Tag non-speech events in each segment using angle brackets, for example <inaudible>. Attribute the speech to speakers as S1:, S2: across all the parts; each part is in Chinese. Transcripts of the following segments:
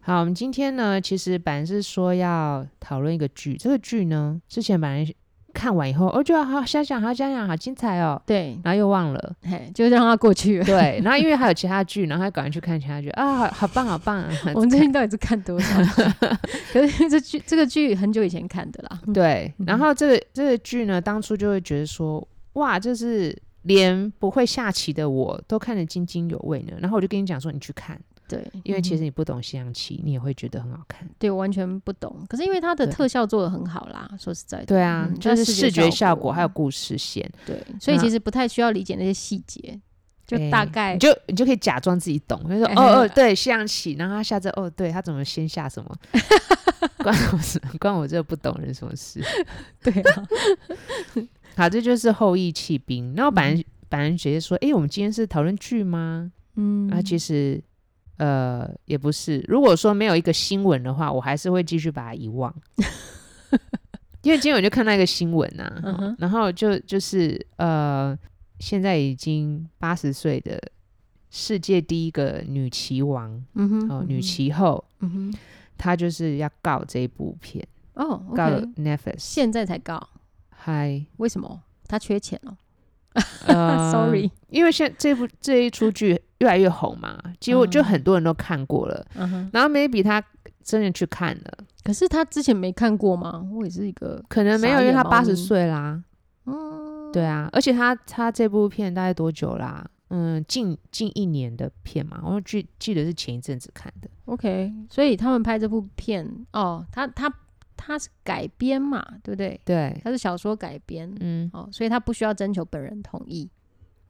S1: 好，我们今天呢，其实本来是说要讨论一个剧，这个剧呢，之前本来看完以后，哦，觉得好想想，好想想，好精彩哦，
S2: 对，
S1: 然后又忘了。
S2: 嘿，就让它过去 <laughs> 了。
S1: 对，然后因为还有其他剧，然后还赶快去看其他剧啊，好好棒，好棒、啊！
S2: <laughs> 我们最近到底是看多 <laughs> 少？可是这剧这个剧很久以前看的啦。
S1: 对，然后这个这个剧呢，当初就会觉得说，哇，这是连不会下棋的我都看得津津有味呢。然后我就跟你讲说，你去看，
S2: 对，
S1: 因为其
S2: 实。
S1: 实你不懂西洋棋，你也会觉得很好看。
S2: 对，我完全不懂。可是因为它的
S1: 对
S2: 特效做的很好啦，说实在的，
S1: 对啊，
S2: 嗯
S1: 就是
S2: 它
S1: 视觉效果还有
S2: 嗯
S1: 故事线，
S2: 对，所以
S1: 那
S2: 其实不太需要理解那些细节，就
S1: 哎
S2: 大概、
S1: 你就你就可以假装自己懂，就
S2: <laughs>
S1: 说
S2: 哎
S1: 哦哦，对，西洋棋，然后他下这哦，对他怎么先下什么， <laughs> 关我什关我这个不懂人什么事？ <laughs>
S2: 对 <laughs> 啊，
S1: 好，这就是后羿弃兵。那我本来、本来觉得说，诶，我们今天是讨论剧吗？
S2: 嗯，
S1: 那、啊其实呃也不是。如果说没有一个新闻的话，我还是会继续把它遗忘。 <laughs> 因为今天我就看到一个新闻啊，
S2: 嗯哼
S1: 然后就就是呃，现在已经八十岁的世界第一个女棋王
S2: 嗯哼，
S1: 哦、
S2: 嗯
S1: 女
S2: 哼，
S1: 棋后，
S2: 嗯哼，
S1: 她就是要告这一部片，
S2: 哦
S1: 告
S2: ，OK，
S1: Netflix。
S2: 现在才告， <laughs>
S1: 嗨，
S2: 为什么？他缺钱哦、<laughs>
S1: 呃
S2: Sorry
S1: 因为现在这部这一出剧越来越红嘛，几乎就
S2: 嗯
S1: 很多人都看过了，
S2: 嗯哼，
S1: 然后 maybe 他真的去看了。
S2: 可是他之前没看过吗？我也是一个，
S1: 可能没
S2: 傻
S1: 有，因为
S2: 眼
S1: 他
S2: 猫
S1: 八十
S2: 咪
S1: 岁啦。
S2: 嗯，
S1: 对啊，而且他他这部片大概多久啦？嗯，近近一年的片嘛，我记记得是前一阵子看的。
S2: ，OK，所以他们拍这部片，哦，他他他是改编嘛，对不对？
S1: 对，
S2: 他是小说改编，
S1: 嗯，
S2: 哦，所以他不需要征求本人同意，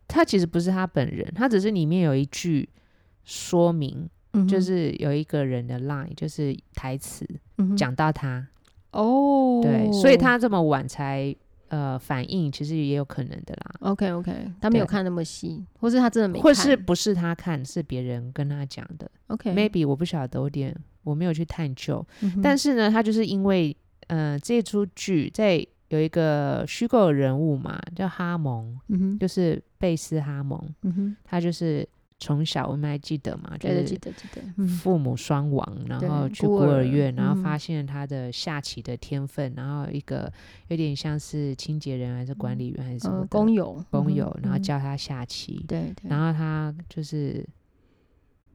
S1: 他其实不是他本人，他只是里面有一句说明，
S2: 嗯
S1: 就
S2: 哼
S1: 是有一个人的 line，就是台词
S2: 嗯哼
S1: 讲到他。
S2: 哦，
S1: 对，所以他这么晚才呃反应，其实也有可能的啦。
S2: OK OK，他没有
S1: 对
S2: 看那么细，或是他真的没看，
S1: 或是不是他看，是别人跟他讲的
S2: OK，
S1: ？Maybe 我不晓得，我有点我没有去探究。
S2: 嗯哼，
S1: 但是呢，他就是因为呃这出剧在有一个虚构的人物嘛，叫哈蒙，
S2: 嗯哼，
S1: 就是贝斯哈蒙，
S2: 嗯哼，
S1: 他就是从小我们还记得嘛，就
S2: 对对，记
S1: 是
S2: 得记得，嗯
S1: 父母双亡，然后去
S2: 孤
S1: 孤儿
S2: 儿
S1: 院，然后
S2: 嗯
S1: 发现他的下棋的天分，然后一个有点像是清洁人还是管理员还是什么
S2: 呃
S1: 的、，
S2: 工友
S1: 工
S2: 嗯
S1: 友，然后
S2: 嗯
S1: 教他下棋，
S2: 对对，
S1: 然后他就是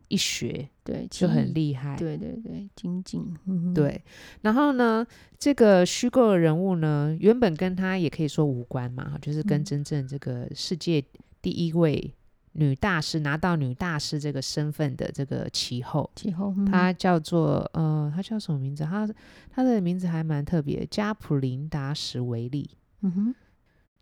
S1: 一学
S2: 对棋
S1: 就很
S2: 艺
S1: 厉害，
S2: 对对对，精进，嗯哼，
S1: 对，然后呢，这个虚构的人物呢，原本跟他也可以说无关嘛，就是跟
S2: 嗯
S1: 真正这个世界第一位女大师拿到女大师这个身份的这个其后，
S2: 其后嗯
S1: 她叫做呃，她叫什么名字？她她的名字还蛮特别，加普林达什维利，
S2: 嗯哼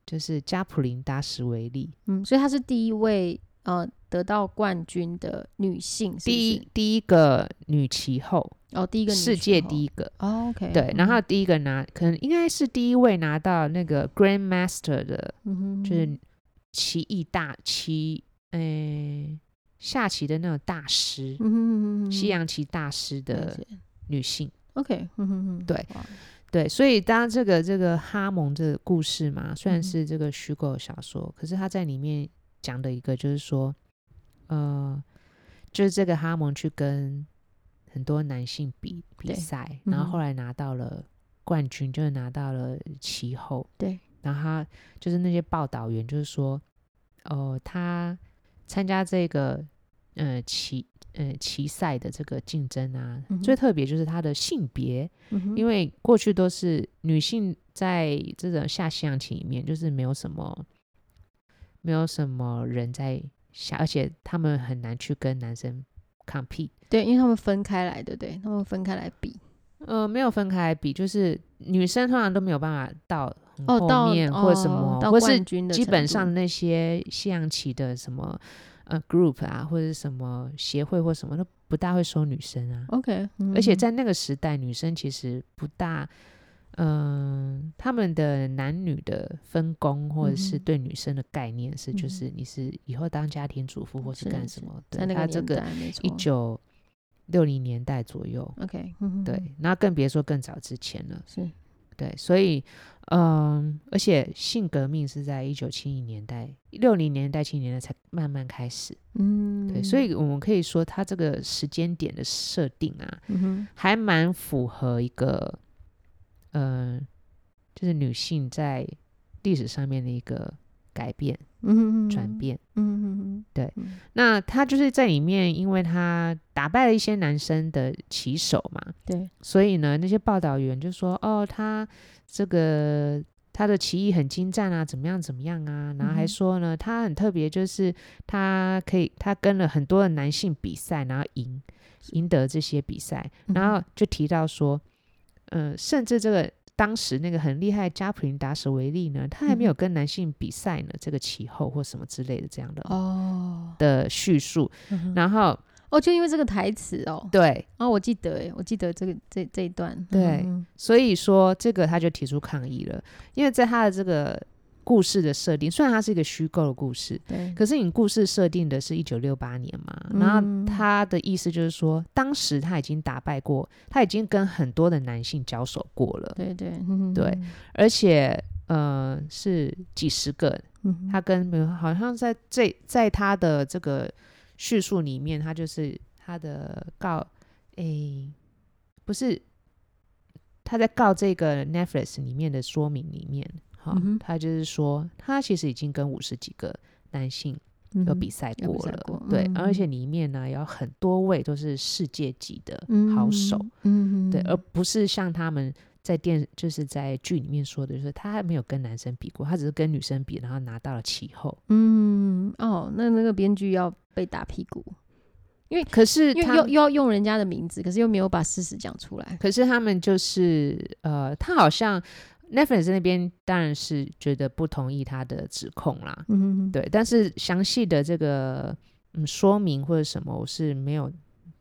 S1: 就是加普林达什维利，
S2: 嗯，所以她是第一位呃得到冠军的女性，是不
S1: 第
S2: 是
S1: 一第一个女其后，
S2: 哦第一个女
S1: 世
S2: 学
S1: 界
S2: 后
S1: 第一个。
S2: 哦 OK，
S1: 对，然
S2: 嗯
S1: 后她第一个拿，可能应该是第一位拿到那个 Grand Master 的
S2: 哼嗯哼
S1: 就是棋艺大棋，诶、下棋的那种大师，
S2: 嗯哼嗯哼嗯
S1: 西
S2: 哼
S1: 洋棋大师
S2: 了
S1: 的
S2: 解
S1: 女性。
S2: OK，嗯哼哼，
S1: 对
S2: 哇，
S1: 对，所以当这个这个哈蒙这个故事嘛，虽
S2: 嗯
S1: 然是这个虚构的小说，可是他在里面讲的一个就是说，呃，就是这个哈蒙去跟很多男性比比
S2: 对
S1: 赛，
S2: 嗯
S1: 然后
S2: 哼
S1: 后来拿到了冠军，就是拿到了旗后。
S2: 对，
S1: 然后他就是那些报道员，就是说，哦，他参加这个呃棋呃棋赛的这个竞争啊，
S2: 嗯哼
S1: 最特别就是他的性别，
S2: 嗯哼
S1: 因为过去都是女性在这种下西洋棋里面，就是没有什么没有什么人在下，而且他们很难去跟男生 compete，
S2: 对，因为他们分开来，对不对？他们分开来比。
S1: 呃，没有分开比，就是女生通常都没有办法到很
S2: 哦，到
S1: 后面或什么，
S2: 哦、到
S1: 或是
S2: 冠军的
S1: 基
S2: 程
S1: 本
S2: 度
S1: 上那些西洋棋的什么呃 group 啊，或者是什么协会或什么，都不大会收女生啊。
S2: OK，嗯
S1: 而且在那个时代，女生其实不大，嗯、他们的男女的分工或者
S2: 嗯
S1: 是
S2: 哼
S1: 对女生的概念是，就
S2: 嗯
S1: 是你是以后当家庭主妇或是
S2: 是
S1: 干
S2: 是
S1: 什么，
S2: 在
S1: 对，
S2: 那个
S1: 他这
S2: 年
S1: 个
S2: 代没错
S1: 一九六零年代左右，
S2: OK，嗯
S1: 对，那更别说更早之前了，
S2: 是
S1: 对，所以，嗯，而且性革命是在一九七零年代、六零年代、七零年代才慢慢开始，
S2: 嗯
S1: 对，所以我们可以说，它这个时间点的设定啊，
S2: 嗯哼
S1: 还蛮符合一个，呃，就是女性在历史上面的一个改变、
S2: 嗯哼
S1: 转变。
S2: 嗯哼嗯
S1: 对
S2: 嗯哼
S1: 那她就是在里面，因为她打败了一些男生的棋手嘛，
S2: 对
S1: 所以呢，那些报道员就说：“哦，她这个她的棋艺很精湛啊，怎么样怎么样啊。”然后
S2: 嗯
S1: 还
S2: 哼
S1: 说呢，她很特别，就是她可以，她跟了很多的男性比赛，然后赢，赢得这些比赛。
S2: 嗯
S1: 然后就提到说，呃，甚至这个当时那个很厉害的加普林达什维利呢，他还没有
S2: 嗯
S1: 跟男性比赛呢，这个其后或什么之类的这样的、
S2: 哦，
S1: 的叙述。
S2: 嗯哼
S1: 然后
S2: 哦，就因为这个台词哦，
S1: 对，
S2: 哦，我记得哎，我记得这个这这一段，
S1: 对
S2: 嗯
S1: 所以说这个他就提出抗议了，因为在他的这个故事的设定，虽然它是一个虚构的故事。
S2: 对，
S1: 可是你故事设定的是一九六八年嘛，然
S2: 嗯
S1: 后他的意思就是说，当时他已经打败过，他已经跟很多的男性交手过了，
S2: 对对嗯
S1: 对，而且呃是几十个，
S2: 嗯
S1: 他跟比如好像在这在他的这个叙述里面，他就是他的告诶、不是他在告这个 Netflix 里面的说明里面，哈、
S2: 嗯哼
S1: 他就是说他其实已经跟五十几个男性
S2: 嗯
S1: 有比赛
S2: 有
S1: 过
S2: 比赛
S1: 了，
S2: 过
S1: 对，
S2: 嗯
S1: 而且里面呢有很多位都是世界级的
S2: 嗯
S1: 好手，，
S2: 嗯嗯
S1: 对，而不是像他们在电就是在剧里面说的，就是他还没有跟男生比过，他只是跟女生比，然后拿到了其后。
S2: 嗯哦，那那个编剧要被打屁股，
S1: 可是
S2: 因为
S1: 他
S2: 又
S1: 们，
S2: 又要用人家的名字，可是又没有把事实讲出来，
S1: 可是他们就是呃，他好像 Netflix 那边当然是觉得不同意他的指控啦，
S2: 嗯，
S1: 对，但是详细的这个嗯说明或者什么，我是没有，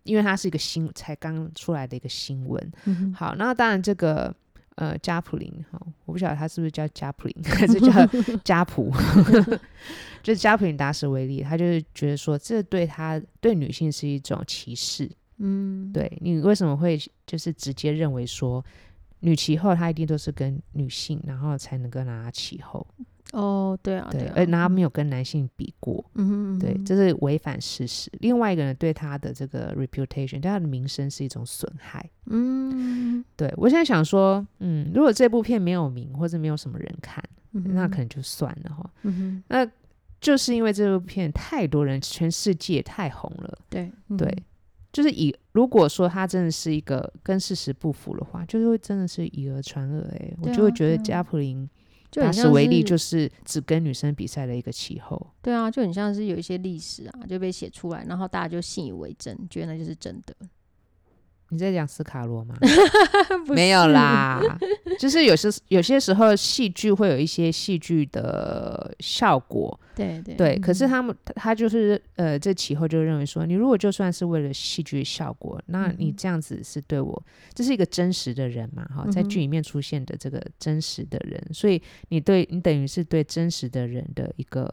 S1: 因为它是一个新才刚出来的一个新闻，
S2: 嗯哼
S1: 好，那当然这个呃加普林，好，我不晓得他是不是叫加普林， <laughs> 还是叫
S2: <laughs>
S1: 加普， <laughs> 就是加普林达什维利，他就是觉得说这对他对女性是一种歧视，
S2: 嗯，
S1: 对你为什么会就是直接认为说女其后她一定都是跟女性，然后才能够拿她其后，
S2: 哦，对啊，
S1: 对，
S2: 啊
S1: 而拿没有跟男性比过。
S2: 嗯嗯，
S1: 对，
S2: 嗯
S1: 这是违反事实。另外一个人对他的这个 reputation，对他的名声是一种损害。
S2: 嗯，
S1: 对我现在想说，嗯，如果这部片没有名或者没有什么人看，那可能就算了哈。
S2: 嗯哼，
S1: 那就是因为这部片太多人，全世界太红了，
S2: 对嗯
S1: 对，就是以如果说它真的是一个跟事实不符的话，就是会真的是以讹传讹哎、我
S2: 对
S1: 就会
S2: 啊
S1: 觉得
S2: 对啊
S1: 加普林
S2: 就
S1: 达
S2: 很
S1: 斯
S2: 像
S1: 维利就是是只跟女生比赛的一个气候，
S2: 对啊，就很像是有一些历史啊就被写出来，然后大家就信以为真，觉得那就是真的，
S1: 你在讲斯卡罗吗？
S2: <laughs> 不
S1: 没有
S2: 是，
S1: 啦，就是有些有些时候戏剧会有一些戏剧的效果，
S2: 对对
S1: 对，可是他们他他就是呃，这其后就认为说，你如果就算是为了戏剧效果，那你
S2: 嗯
S1: 这样子是对我，这是一个真实的人嘛，哈，
S2: 嗯
S1: 在
S2: 哼
S1: 剧里面出现的这个真实的人，所以你对你等于是对真实的人的一个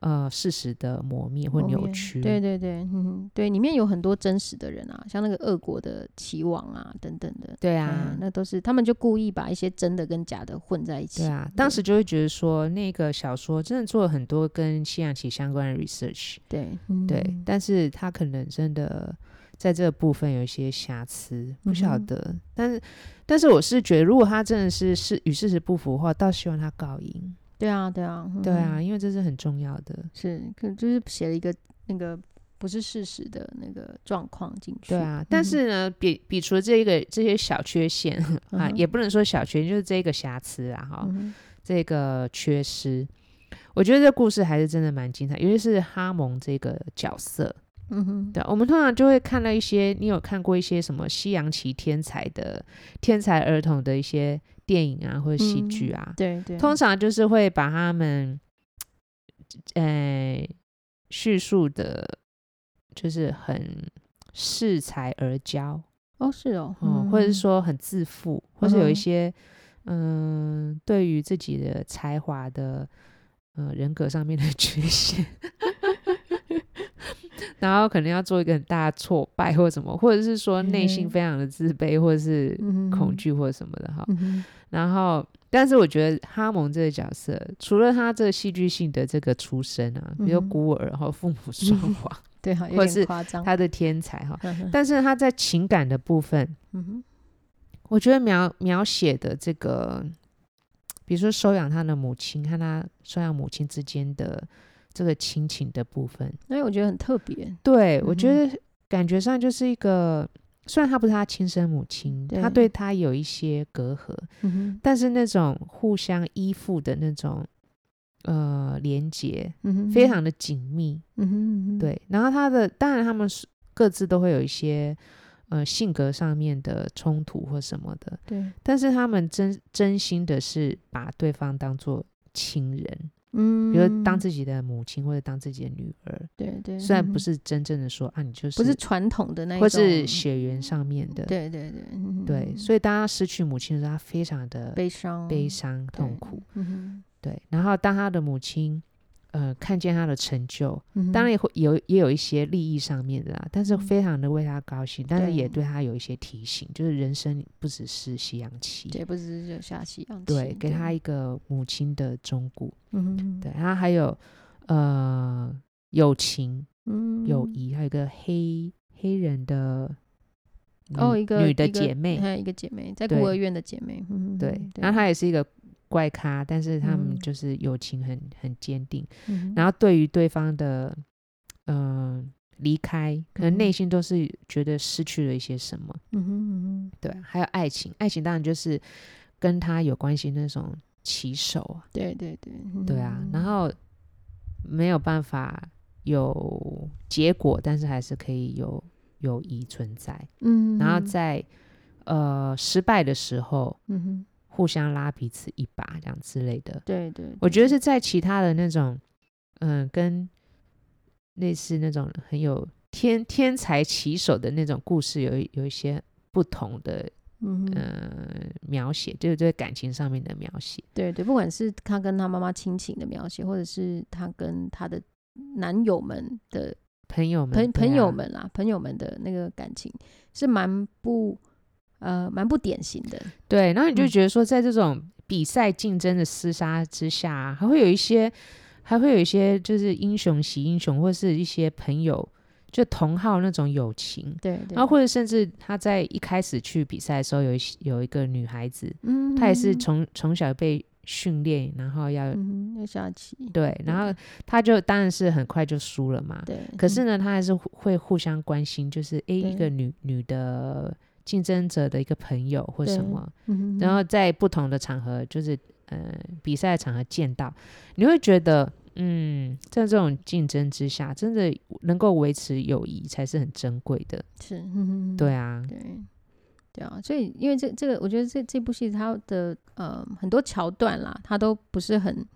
S1: 呃事实的磨灭或
S2: 后
S1: 扭
S2: 面
S1: 曲，
S2: 对对对，嗯，对，里面有很多真实的人啊，像那个俄国的棋王啊等等的，
S1: 对
S2: 啊
S1: 啊，，
S2: 那都是他们就故意把一些真的跟假的混在一起，
S1: 对啊，当时就会觉得说，那个小说真的做了很多跟西洋棋相关的 research，
S2: 对嗯
S1: 对，但是他可能真的在这部分有一些瑕疵，不
S2: 嗯
S1: 晓
S2: 哼
S1: 得。但是，但是我是觉得，如果他真的是是与事实不符的话，倒希望他告赢。
S2: 对啊对啊
S1: 对啊，
S2: 嗯
S1: 因为这是很重要的。
S2: 是可就是写了一个那个不是事实的那个状况进去，
S1: 对啊，但
S2: 嗯
S1: 是呢，比比除了这一个这些小缺陷啊，
S2: 嗯哼
S1: 也不能说小缺陷，就是这个瑕疵啊，哈，
S2: 嗯哼
S1: 这个缺失，我觉得这故事还是真的蛮精彩，尤其是哈蒙这个角色，
S2: 嗯哼，
S1: 对，啊我们通常就会看到一些，你有看过一些什么西洋棋天才的天才儿童的一些电影啊，或者戏剧啊，
S2: 对对，
S1: 通常就是会把他们，呃，叙述的，就是很恃才而骄，
S2: 哦，是哦，
S1: 嗯，或者是说很自负，或是有
S2: 嗯
S1: 一些嗯、对于自己的才华的呃人格上面的 <laughs> 缺陷，然后可能要做一个很大的挫败或什么，或者是说内心
S2: 嗯
S1: 非常的自卑，或者是
S2: 嗯
S1: 恐，惧啊或者什么的哈。
S2: 嗯哼
S1: 然后，但是我觉得哈蒙这个角色，除了他这个戏剧性的这个出身啊，比如
S2: 嗯哼
S1: 孤儿，然后父母双
S2: <laughs>
S1: 亡，
S2: 对哈，有
S1: 或
S2: 点
S1: 是
S2: 夸张，
S1: 他的天才哈，
S2: 嗯哼
S1: 但是他在情感的部分。
S2: 嗯哼
S1: 我觉得描描写的这个，比如说收养他的母亲和他收养母亲之间的这个亲情的部分，
S2: 所以哎我觉得很特别，
S1: 对我觉
S2: 嗯
S1: 得感觉上就是一个，虽然他不是他亲生母亲，他
S2: 对
S1: 对他有一些隔阂，
S2: 嗯哼，
S1: 但是那种互相依附的那种呃连结
S2: 嗯哼，
S1: 非，常的紧密，
S2: 嗯哼，嗯哼，
S1: 对。然后他的当然他们是各自都会有一些呃性格上面的冲突或什么的，
S2: 对，
S1: 但是他们真真心的是把对方当做亲人，
S2: 嗯，
S1: 比如当自己的母亲或者当自己的女儿，
S2: 对对，
S1: 虽然
S2: 嗯
S1: 不是真正的说啊，你就是
S2: 不是传统的那一
S1: 或
S2: 种，
S1: 是血缘上面的，
S2: 对对对嗯
S1: 对
S2: 嗯
S1: 所以当他失去母亲的时候，他非常的
S2: 悲伤
S1: 悲，伤
S2: 对
S1: 痛苦，
S2: 嗯
S1: 对。然后当他的母亲呃看见他的成就，
S2: 哼，
S1: 当然也会有也有一些利益上面的啦，但是
S2: 嗯
S1: 非常的为他高兴，但是也
S2: 对
S1: 对他有一些提醒，就是人生不只是西洋棋，
S2: 也不只是就下西洋棋，
S1: 对，给他，一个母亲的忠顾，
S2: 嗯哼，
S1: 对，然后还有呃友情、
S2: 嗯，
S1: 友谊，还有一个黑黑人的女
S2: 哦，一个
S1: 嗯女的
S2: 一个
S1: 姐妹，
S2: 还有一个姐妹，在孤
S1: 对
S2: 儿院的姐妹，嗯，
S1: 对，然后她也是一个怪咖，但是他们
S2: 嗯
S1: 就是友情很很坚定，
S2: 嗯哼，
S1: 然后对于对方的嗯、呃离开，可能内
S2: 嗯
S1: 心都是觉得失去了一些什么，
S2: 嗯哼嗯哼，
S1: 对，还有爱情，爱情当然就是跟他有关系那种棋手啊。
S2: 对对对，
S1: 对啊，
S2: 嗯
S1: 然后没有办法有结果，但是还是可以有友谊存在。
S2: 嗯，
S1: 然后在呃失败的时候，
S2: 嗯哼，
S1: 互相拉彼此一把，这样之类的。
S2: 对对，
S1: 我
S2: 对
S1: 觉嗯得是在其他的那种，嗯、跟类似那种很有天天才棋手的那种故事有一有一些不同的
S2: 嗯哼，
S1: 呃描写，就是对感情上面的描写。
S2: 对对，不管是他跟他妈妈亲情的描写，或者是他跟他的男友们的
S1: 朋友们，
S2: 朋
S1: 对
S2: 朋友
S1: 啊
S2: 们啦，朋友们的那个感情是蛮不呃蛮不典型的，
S1: 对，然后你就
S2: 嗯
S1: 觉得说，在这种比赛竞争的厮杀之下啊，还会有一些，还会有一些就是英雄惜英雄，或是一些朋友就同好那种友情，
S2: 对对，
S1: 然后或者甚至他在一开始去比赛的时候，有一些有一个女孩子，
S2: 嗯，
S1: 她也是从从小被训练，然后要、
S2: 嗯要下棋，
S1: 对，然后她就当然是很快就输了嘛，
S2: 对，
S1: 可是呢，她还是会互相关心，就是诶一
S2: 嗯对
S1: 个女女的竞争者的一个朋友或
S2: 对
S1: 什么。
S2: 嗯，
S1: 然后在不同的场合，就是呃比赛的场合见到，你会觉得，嗯，在这种竞争之下，真的能够维持友谊才是很珍贵的。
S2: 是，嗯，
S1: 对啊，
S2: 对对啊，所以因为这这个，我觉得这这部戏它的呃很多桥段啦，它都不是很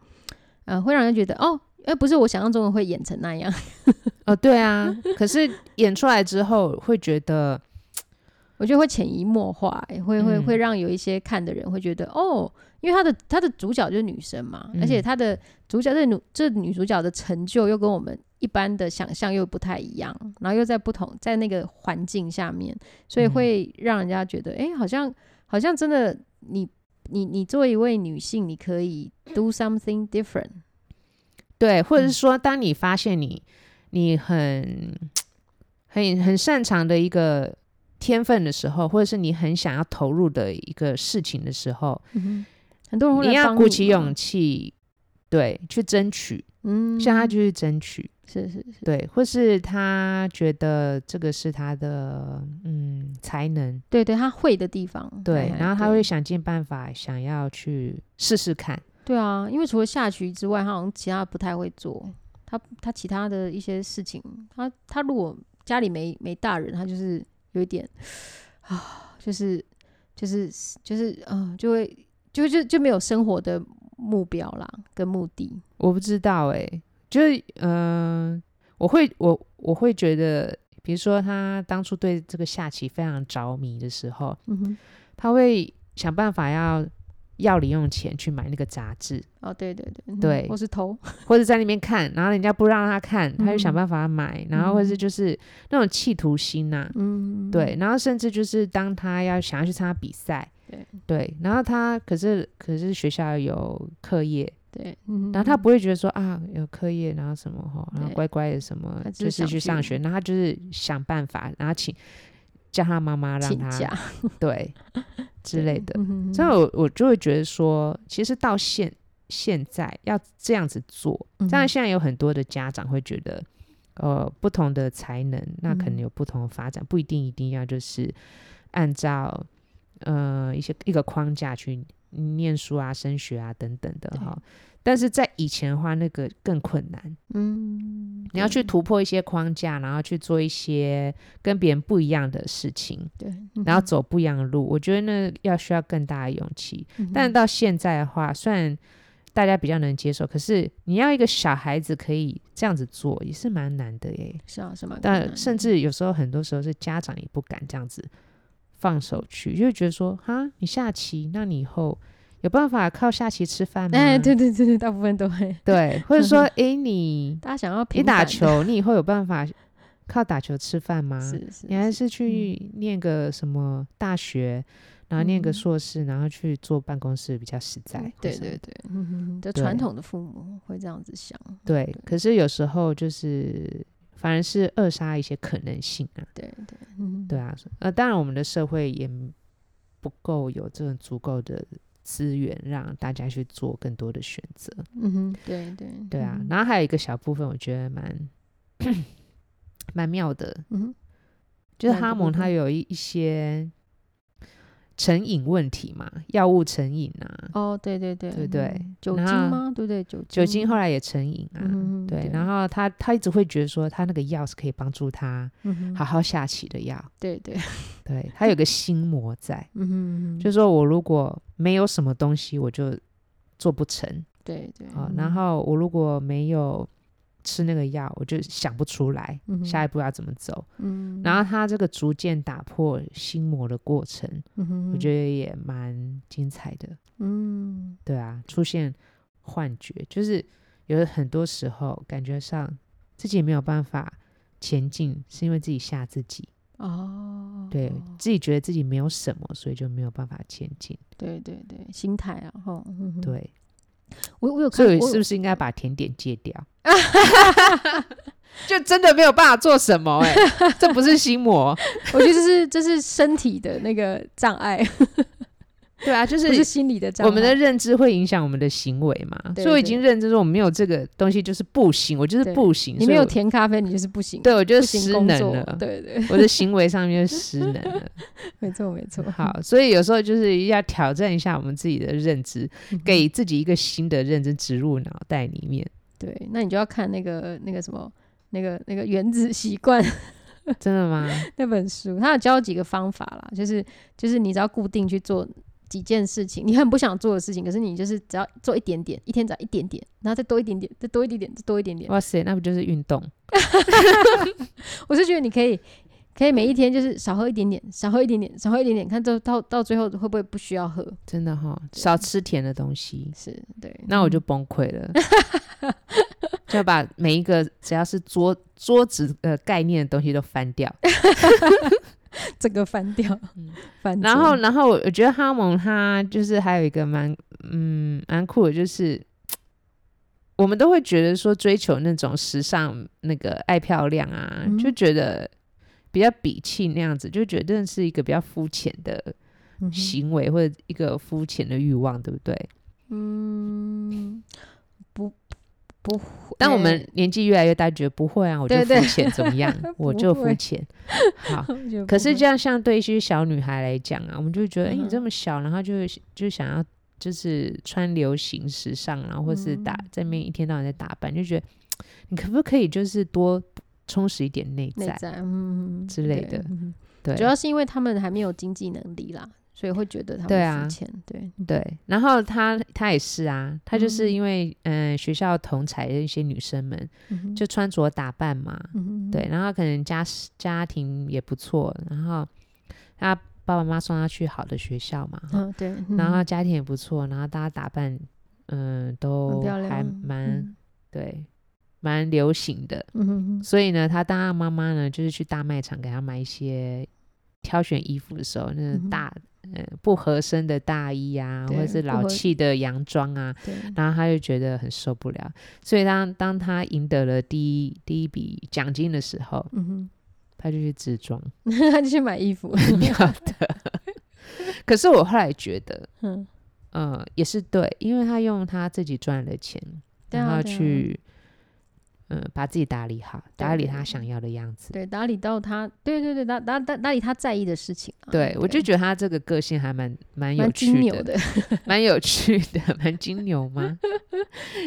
S2: 呃会让人觉得哦，哎、不是我想象中的会演成那样，
S1: 哦，
S2: <laughs>
S1: 对啊。可是演出来之后，会觉得，
S2: 我觉得会潜移默化、也会会
S1: 嗯
S2: 会让有一些看的人会觉得哦，因为他的他的主角就是女生嘛，而且
S1: 嗯
S2: 他的主角这女这女主角的成就又跟我们一般的想象又不太一样，然后又在不同在那个环境下面，所以
S1: 嗯
S2: 会让人家觉得哎、诶好像好像真的你你你作为一位女性，你可以 do something different，
S1: 对，或者
S2: 嗯
S1: 是说，当你发现你你很很很擅长的一个。天分的时候，或者是你很想要投入的一个事情的时候，
S2: 很多人会
S1: 嗯你
S2: 来
S1: 要
S2: 帮
S1: 鼓起
S2: 嘛
S1: 勇，气，对，去争取，
S2: 嗯，
S1: 像他就去争取。
S2: 是是是，
S1: 对，或是他觉得这个是他的嗯才能，
S2: 对对，他会的地方，
S1: 对，
S2: 哎
S1: 然后他
S2: 对
S1: 会想尽办法想要去试试看，
S2: 对啊，因为除了下棋之外，他好像其他不太会做。他他其他的一些事情，他他如果家里没没大人，他就是有一点啊，就是就是就是嗯、呃就会就就就没有生活的目标啦，跟目的。
S1: 欸我不知道哎、就是嗯、呃我会我我会觉得，比如说他当初对这个下棋非常着迷的时候，
S2: 嗯哼，
S1: 他会想办法要要零用钱去买那个杂志，
S2: 哦，对对对
S1: 对
S2: 我是偷，
S1: <laughs> 或者在那边看，然后人家不让他看，他就想
S2: 嗯
S1: 办法买，然后或是
S2: 嗯
S1: 就是那种企图心呐、
S2: 嗯，
S1: 对，然后甚至就是当他要想要去参加比赛，
S2: 对
S1: 然后他可是可是学校有课业，
S2: 对，嗯，
S1: 然后他不会觉得说啊有课业，然后什么哈，然后
S2: 对
S1: 乖乖的什么
S2: 他，只
S1: 就是
S2: 想
S1: 是
S2: 去
S1: 去上学，然后他就是想办法，然后请叫他妈妈让
S2: 嗯请
S1: 他
S2: 假 <laughs>
S1: 对之类的，
S2: 嗯哼
S1: 所以我我就会觉得说，其实到现现在要这样子做，当
S2: 嗯哼
S1: 然现在有很多的家长会觉得，呃，不同的才能，那可能
S2: 嗯
S1: 有不同的发展，不一定一定要就是按照呃一些一个框架去念书啊、升学啊等等的
S2: 对
S1: 哈。但是在以前的话，那个更困难，
S2: 嗯，
S1: 你要
S2: 对
S1: 去突破一些框架，然后去做一些跟别人不一样的事情，
S2: 对，嗯
S1: 然后走不一样的路。我觉得那要需要更大的勇气。
S2: 嗯哼，
S1: 但到现在的话，虽然大家比较能接受，可是你要一个小孩子可以这样子做，也是蛮难的耶。
S2: 是啊，什么？
S1: 但甚至有时候，很多时候是家长也不敢这样子放手去，就会觉得说，哈，你下棋，那你以后有办法靠下棋吃饭吗？
S2: 哎， <laughs> 对对对对，大部分都会，
S1: 对，或
S2: <laughs>
S1: 者说，诶，你
S2: 大家想要
S1: 你
S2: 平
S1: 打
S2: 凡的，
S1: 球，啊你以后有办法靠打球吃饭吗？
S2: 是是
S1: 你还是去念个什么大学，然后念个
S2: 嗯
S1: 硕士，然后去做办公室比较实在或
S2: 对
S1: 什么
S2: 对
S1: 的。
S2: 对，嗯哼哼就
S1: 嗯对
S2: 传统的父母会这样子想，
S1: 对，可是有时候就是反而是扼杀一些可能性啊，
S2: 对对，嗯，
S1: 对啊，呃，当然我们的社会也不够有这种足够的资源让大家去做更多的选择，
S2: 嗯哼，对对
S1: 对啊，
S2: 嗯
S1: 然后还有一个小部分我觉得蛮蛮妙的，
S2: 嗯哼，
S1: 就是
S2: 哪个
S1: 哈
S2: 部
S1: 蒙他
S2: 分
S1: 有一一些成瘾问题嘛，药物成瘾啊，
S2: 哦，对对对
S1: 对对
S2: 嗯酒
S1: 然
S2: 精
S1: 后
S2: 吗？对对，酒
S1: 酒精后，来也成瘾啊，
S2: 哦嗯哼哼
S1: 对
S2: 对，
S1: 然后他他一直会觉得说他那个药是可以帮助他。
S2: 嗯哼
S1: 好，好下棋的药，
S2: 对对，
S1: 对他有个心魔在，
S2: 嗯哼哼，
S1: 就是说我如果没有什么东西，我就做不成
S2: 对对
S1: 啊、
S2: 嗯
S1: 然后我如果没有吃那个药，我就想不出来
S2: 嗯哼
S1: 下一步要怎么走。
S2: 嗯，
S1: 然后他这个逐渐打破心魔的过程，
S2: 嗯哼，
S1: 我觉得也蛮精彩的。
S2: 嗯，
S1: 对啊，出现幻觉，就是有很多时候感觉上自己没有办法前进，是因为自己吓自己。
S2: 哦，
S1: 对自己觉得自己没有什么，所以就没有办法前进。
S2: 对对对，心态啊，哈，嗯哼，
S1: 对，
S2: 我我有看
S1: 所以
S2: 我
S1: 是不是应该把甜点戒掉？ <laughs> 就真的没有办法做什么 <laughs> 哎、这不是心魔，
S2: 我觉得这是这是身体的那个障碍，
S1: 对啊，就
S2: 不是
S1: 是
S2: 心理的障碍。
S1: 我们的认知会影响我们的行为嘛。
S2: 对
S1: 所以我已
S2: 对
S1: 经认知说我没有这个东西就是不行，我就是
S2: 对
S1: 不行，
S2: 你
S1: 所
S2: 没
S1: 以
S2: 有
S1: 我
S2: 甜咖啡，你就是不行，
S1: 对我就
S2: 不行
S1: 失
S2: 工
S1: 能
S2: 作
S1: 了，
S2: 对对，
S1: <laughs> 我的行为上面就失能 <laughs> 了。
S2: 没错没错。
S1: <laughs> 好，所以有时候就是要挑战一下我们自己的认知，
S2: 嗯哼
S1: 给自己一个新的认知植入脑袋里面。
S2: 对，那你就要看那个那个什么。那个那个原子习惯 <laughs>
S1: 真的 <laughs> 吗？
S2: 那本书，它有教几个方法啦，就是就是你只要固定去做几件事情，你很不想做的事情，可是你就是只要做一点点，一天只要一点点，然后再多一点点，再多一点点，再多一点点，
S1: 哇塞，那不就是运动？
S2: 我是觉得你可以，可以每一天就是少喝一点点，少喝一点点，少喝一点点，看到到到最后会不会不需要喝？
S1: 真的哈、少吃甜的东西，
S2: 是对，
S1: 那我就崩溃
S2: <laughs>
S1: 了。就把每一个只要是桌桌子呃概念的东西都翻掉，
S2: 嗯整个翻掉，
S1: 嗯
S2: 翻。
S1: 然后，然后我觉得哈蒙他就是还有一个蛮嗯蛮酷的，就是我们都会觉得说追求那种时尚、那个爱漂亮啊，
S2: 嗯
S1: 就觉得比较鄙弃那样子，就觉得是一个比较肤浅的
S2: 嗯哼
S1: 行为或者一个肤浅的欲望，对不对？
S2: 嗯，不不会，
S1: 当我们年纪越来越大，觉得不会啊，我就
S2: 对
S1: 肤
S2: 对？
S1: 浅怎么样
S2: <laughs>
S1: 我就
S2: 不
S1: 肤
S2: 会
S1: 浅。
S2: <laughs>
S1: 好，
S2: <laughs> 我觉得
S1: 可
S2: 不
S1: 是
S2: 会
S1: 这样，像对一些小女孩来讲啊，我们就会觉得，哎、
S2: 嗯
S1: 你
S2: 哼
S1: 这么小，然后就就想要就是穿流行时尚，然后或是打、
S2: 嗯
S1: 在那边一天到晚在打扮，就觉得嗯你可不可以就是多充实一点内
S2: 内
S1: 在？
S2: 在嗯
S1: 之类
S2: 对
S1: 的
S2: 嗯
S1: 对，
S2: 主要是因为他们还没有经济能力啦，所以会觉得他
S1: 对啊
S2: 们肤浅，对，
S1: 对，然后她她也是啊，她就是
S2: 嗯
S1: 因为嗯、呃学校同才的一些女生们，
S2: 嗯哼
S1: 就穿着打扮嘛，
S2: 嗯哼
S1: 对，然后可能家世家庭也不错，然后她爸爸妈妈送她去好的学校嘛，
S2: 嗯对，嗯
S1: 然后家庭也不错，然后大家打扮嗯、
S2: 很
S1: 都
S2: 漂亮，
S1: 还蛮、
S2: 嗯
S1: 对蛮流行的，
S2: 嗯哼
S1: 所以呢，她当她妈妈呢，就是去大卖场给她买一些挑选衣服的时候，那
S2: 嗯哼
S1: 大、呃不合身的大衣啊，或
S2: 对
S1: 者是
S2: 不
S1: 老
S2: 合嗯
S1: 气的洋装啊，
S2: 对，
S1: 然后她就觉得很受不了。所以当当她赢得了第一第一笔奖金的时候，
S2: 嗯哼， <laughs>
S1: 她就去自装，
S2: 他就去买衣
S1: <laughs>
S2: 服，
S1: 妙的。 <laughs> 可是我后来觉得，
S2: 嗯，
S1: 呃，也是对，因为她用她自己赚的钱，
S2: 对
S1: 然
S2: 啊
S1: 后
S2: 对啊
S1: 去。嗯，把自己打理好，打
S2: 对
S1: 理
S2: 对
S1: 她
S2: 对
S1: 想要的样子。
S2: 对，打理到他，对对对，打打打打理他在意的事情啊，
S1: 对，我就觉得他这个个性还蛮蛮有
S2: 蛮金
S1: 趣
S2: 牛的，
S1: <laughs>
S2: <laughs>
S1: 蛮有趣的， <laughs> 蛮金牛吗？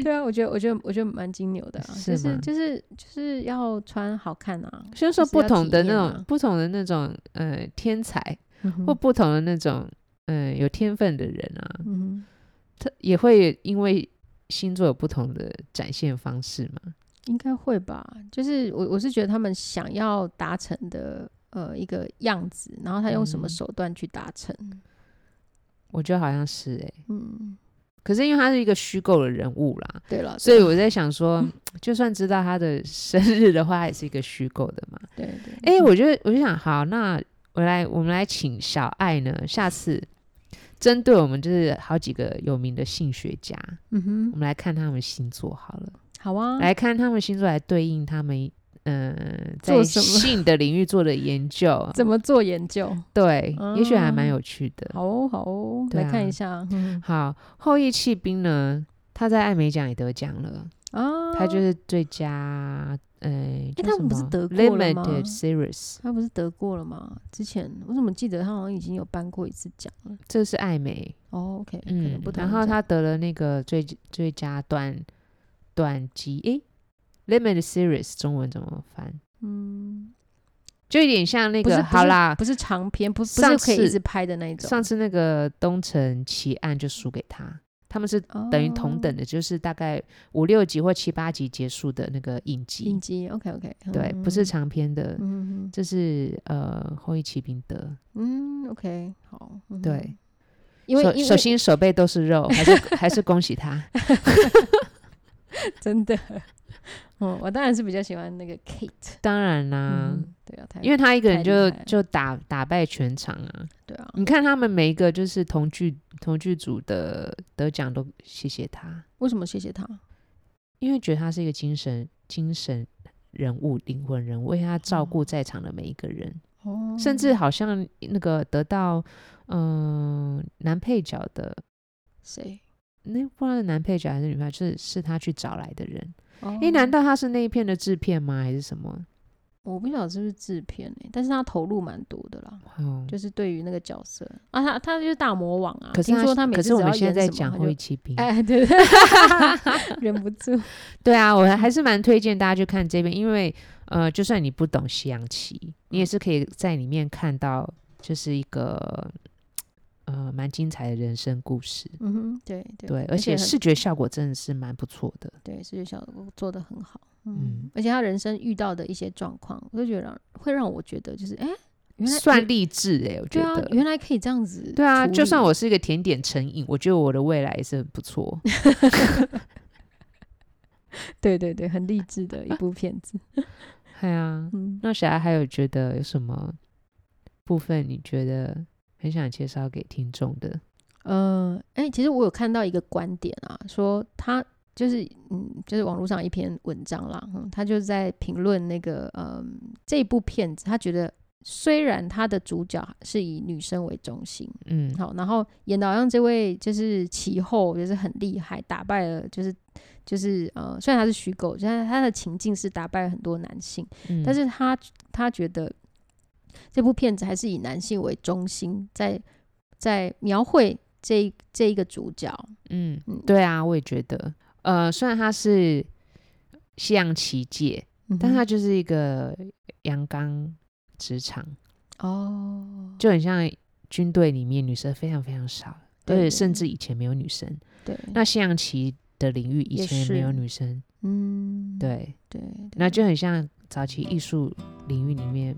S2: 对啊，我觉得我觉得我觉得蛮金牛的啊，
S1: 是
S2: 就是
S1: 吗
S2: 就是就是要穿好看啊，
S1: 就是
S2: <laughs> 就
S1: 说
S2: 是
S1: 不
S2: 要
S1: 同
S2: 体
S1: 的那
S2: 验
S1: 种、
S2: 嘛
S1: <laughs> 不同的那种呃天才，
S2: 嗯哼
S1: 或不同的那种嗯、呃有天分的人啊，
S2: 嗯哼。
S1: 他也会因为星座有不同的展现方式嘛。
S2: 应该会吧，就是我我是觉得他们想要达成的呃一个样子，然后他用什么
S1: 嗯
S2: 手段去达成，
S1: 我觉得好像是哎、
S2: 嗯，
S1: 可是因为他是一个虚构的人物啦，
S2: 对了，
S1: 所以我在想说，就算知道他的生日的话，他也是一个虚构的嘛。
S2: 对对，
S1: 哎、我觉得我就想，好，那我来，我们来请小爱呢，下次针对我们就是好几个有名的性学家，
S2: 嗯
S1: 我
S2: 哼，
S1: 们来看他们星座好了，
S2: 好啊，
S1: 来看他们星座来对应他们。嗯，在
S2: 做什么
S1: 性的领域做的研
S2: <laughs>
S1: 究，
S2: 怎么做研究？
S1: 对，也许还蛮
S2: 啊
S1: 有趣的。
S2: 好哦，好哦，
S1: 对
S2: 来看
S1: 啊
S2: 一下，嗯
S1: 好，后羿弃兵呢，他在艾美奖也得奖了，
S2: 啊，
S1: 他就是最佳，呃，叫
S2: 他
S1: 什
S2: 们不是
S1: 么
S2: 得过了吗
S1: ？Limited Series，
S2: 他不是得过了吗？之前我怎么记得他好像已经有颁过一次奖了？
S1: 这是艾美，
S2: 哦，OK，可能
S1: 嗯
S2: 不，同
S1: 然后
S2: 奖
S1: 他得了那个最最佳短短集诶 l i m i t Series 中文怎么翻？
S2: 嗯，
S1: 就有点像那
S2: 不是
S1: 个好啦，
S2: 不是长篇，不不
S1: 上
S2: 是可以
S1: 次
S2: 一直拍的那一种，
S1: 上次那个东城奇案就输给他，他们是等于同等
S2: 哦
S1: 的，就是大概五六集或七八集结束的那个影集
S2: 影，集，OK OK，
S1: 对，不是长篇的，
S2: 嗯哼
S1: 这是呃后羿骑兵得，
S2: 嗯，OK，好，嗯
S1: 对
S2: 哼，，因为
S1: 手
S2: 因
S1: 手
S2: 为
S1: 心手背都是肉，还是还是恭喜他，
S2: <laughs> 真的，嗯，我当然是比较喜欢那个 Kate，
S1: 当然啦、
S2: 嗯，对啊，
S1: 因为他一个人
S2: 太厉
S1: 就
S2: 害了
S1: 就打打败全场啊！
S2: 对啊，
S1: 你看他们每一个就是同剧同剧组的得奖都谢谢他，
S2: 为什么谢谢他？
S1: 因为觉得他是一个精神精神人物、灵魂人物，为他照顾在场的每一个人，
S2: 哦，
S1: 甚至好像那个得到嗯、呃男配角的
S2: 谁？
S1: 那不知道是男配角还是女配角，就是是他去找来的人。
S2: 哦
S1: 诶、难道他是那一片的制片吗？还是什么？
S2: 我不晓得是不是制片诶，但是他投入蛮多的啦。
S1: 哦，
S2: 就是对于那个角色啊，他他就是大魔王啊。
S1: 可是
S2: 听
S1: 他
S2: 说他每
S1: 可
S2: 次
S1: 是我
S2: 只要
S1: 们现
S2: 演
S1: 在在
S2: 什
S1: 讲
S2: 么，
S1: 《后
S2: 他
S1: 羿
S2: 就
S1: 骑兵》
S2: 哎，
S1: <laughs>
S2: 对， <laughs> 忍不住。
S1: 对啊，我还是蛮推荐大家去看这边，因为呃，就算你不懂西洋棋，你
S2: 嗯
S1: 也是可以在里面看到，就是一个呃蛮精彩的人生故事。
S2: 嗯哼，对对
S1: 对，而且
S2: 很
S1: 视觉效果真的是蛮不错的。
S2: 对视觉效果做得很好。
S1: 嗯
S2: 嗯，而且他人生遇到的一些状况，我就觉得让会让我觉得就是哎、诶原来
S1: 算
S2: 原
S1: 励志哎、我觉
S2: 对啊，
S1: 得。
S2: 原来可以这样子。
S1: 对啊，就算我是一个甜点成瘾，我觉得我的未来也是很不错。
S2: <laughs> 对对对，很励志的一部片
S1: <laughs>
S2: 子。
S1: 对啊，
S2: 嗯，
S1: 那小爱还有觉得有什么部分你觉得很想介绍给听众的？
S2: 呃，哎、其实我有看到一个观点啊，说他就是嗯，就是网络上一篇文章啦，嗯，他就在评论那个嗯这部片子，他觉得虽然他的主角是以女生为中心，
S1: 嗯，
S2: 好，然后演到让这位就是其后就是很厉害，打败了就是就是呃，虽然他是虚构，但是他的情境是打败了很多男性，
S1: 嗯
S2: 但是他他觉得这部片子还是以男性为中心，在在描绘这这一个主角，
S1: 嗯
S2: 嗯，
S1: 对啊，我也觉得，呃，虽然他是西洋棋界，
S2: 嗯
S1: 但
S2: 哼
S1: 他就是一个阳刚职场，
S2: 哦，
S1: 就很像军队里面女生非常非常少，
S2: 对
S1: 对，甚至以前没有女生。
S2: 对，
S1: 那象棋的领域以
S2: 也
S1: 前也没有
S2: 是
S1: 女生，
S2: 嗯，
S1: 对，
S2: 对，对
S1: 那就很像早期艺术领域里面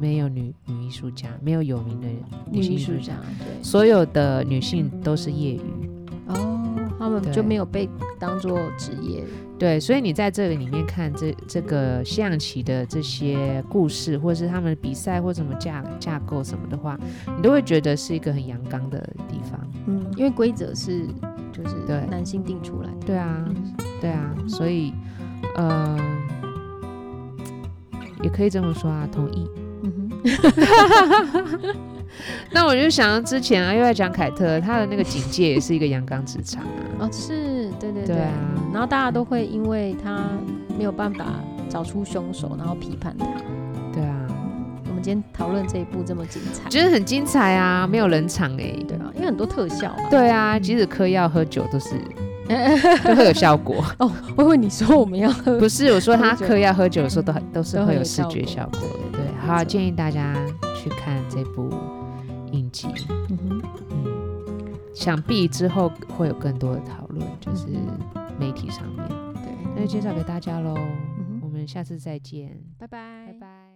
S1: 没有女女艺术家，没有有名的
S2: 女
S1: 女性
S2: 艺
S1: 艺
S2: 术
S1: 术
S2: 家
S1: 家，，
S2: 对，
S1: 所有的女性都是业余。
S2: 哦，他们就
S1: 对
S2: 没有被当做职业，
S1: 对，所以你在这个里面看这这个象棋的这些故事，或者是他们比赛或什么架架构什么的话，你都会觉得是一个很阳刚的地方。
S2: 嗯，因为规则是就是
S1: 对
S2: 男性定出来的，
S1: 对啊，
S2: 嗯
S1: 对啊，所以，呃，也可以这么说啊，同意。
S2: 嗯哼，
S1: 那我就想到之前啊，又在讲凯特，他的那个警戒也是一个阳刚职场啊。
S2: 哦，是，对对
S1: 对啊，
S2: 然后大家都会因为他没有办法找出凶手，然后批判他。
S1: 对啊，
S2: 我们今天讨论这一部这么精彩，
S1: 觉得很精彩啊，没有冷场哎、
S2: 对啊，因为很多特效啊。<laughs>
S1: 对啊，即使嗑药喝酒都是都会有效果。
S2: 哦，我以为你说我们要喝，
S1: <laughs> 不是，我说他
S2: 喝酒
S1: 嗑药喝酒的时候都很都是
S2: 都
S1: 会
S2: 很
S1: 有
S2: 有
S1: 视
S2: 效
S1: 觉
S2: 果
S1: 效果的。
S2: 对
S1: 对，
S2: 没
S1: 好，
S2: 错
S1: 建议大家去看这部影集。
S2: 嗯哼
S1: 嗯，想必之后会有更多的讨论，就是
S2: 嗯
S1: 媒体上面。
S2: 对，
S1: 那就介绍给大家喽。
S2: 嗯
S1: 我
S2: 哼，
S1: 们下次再见，
S2: 拜拜，
S1: 拜拜。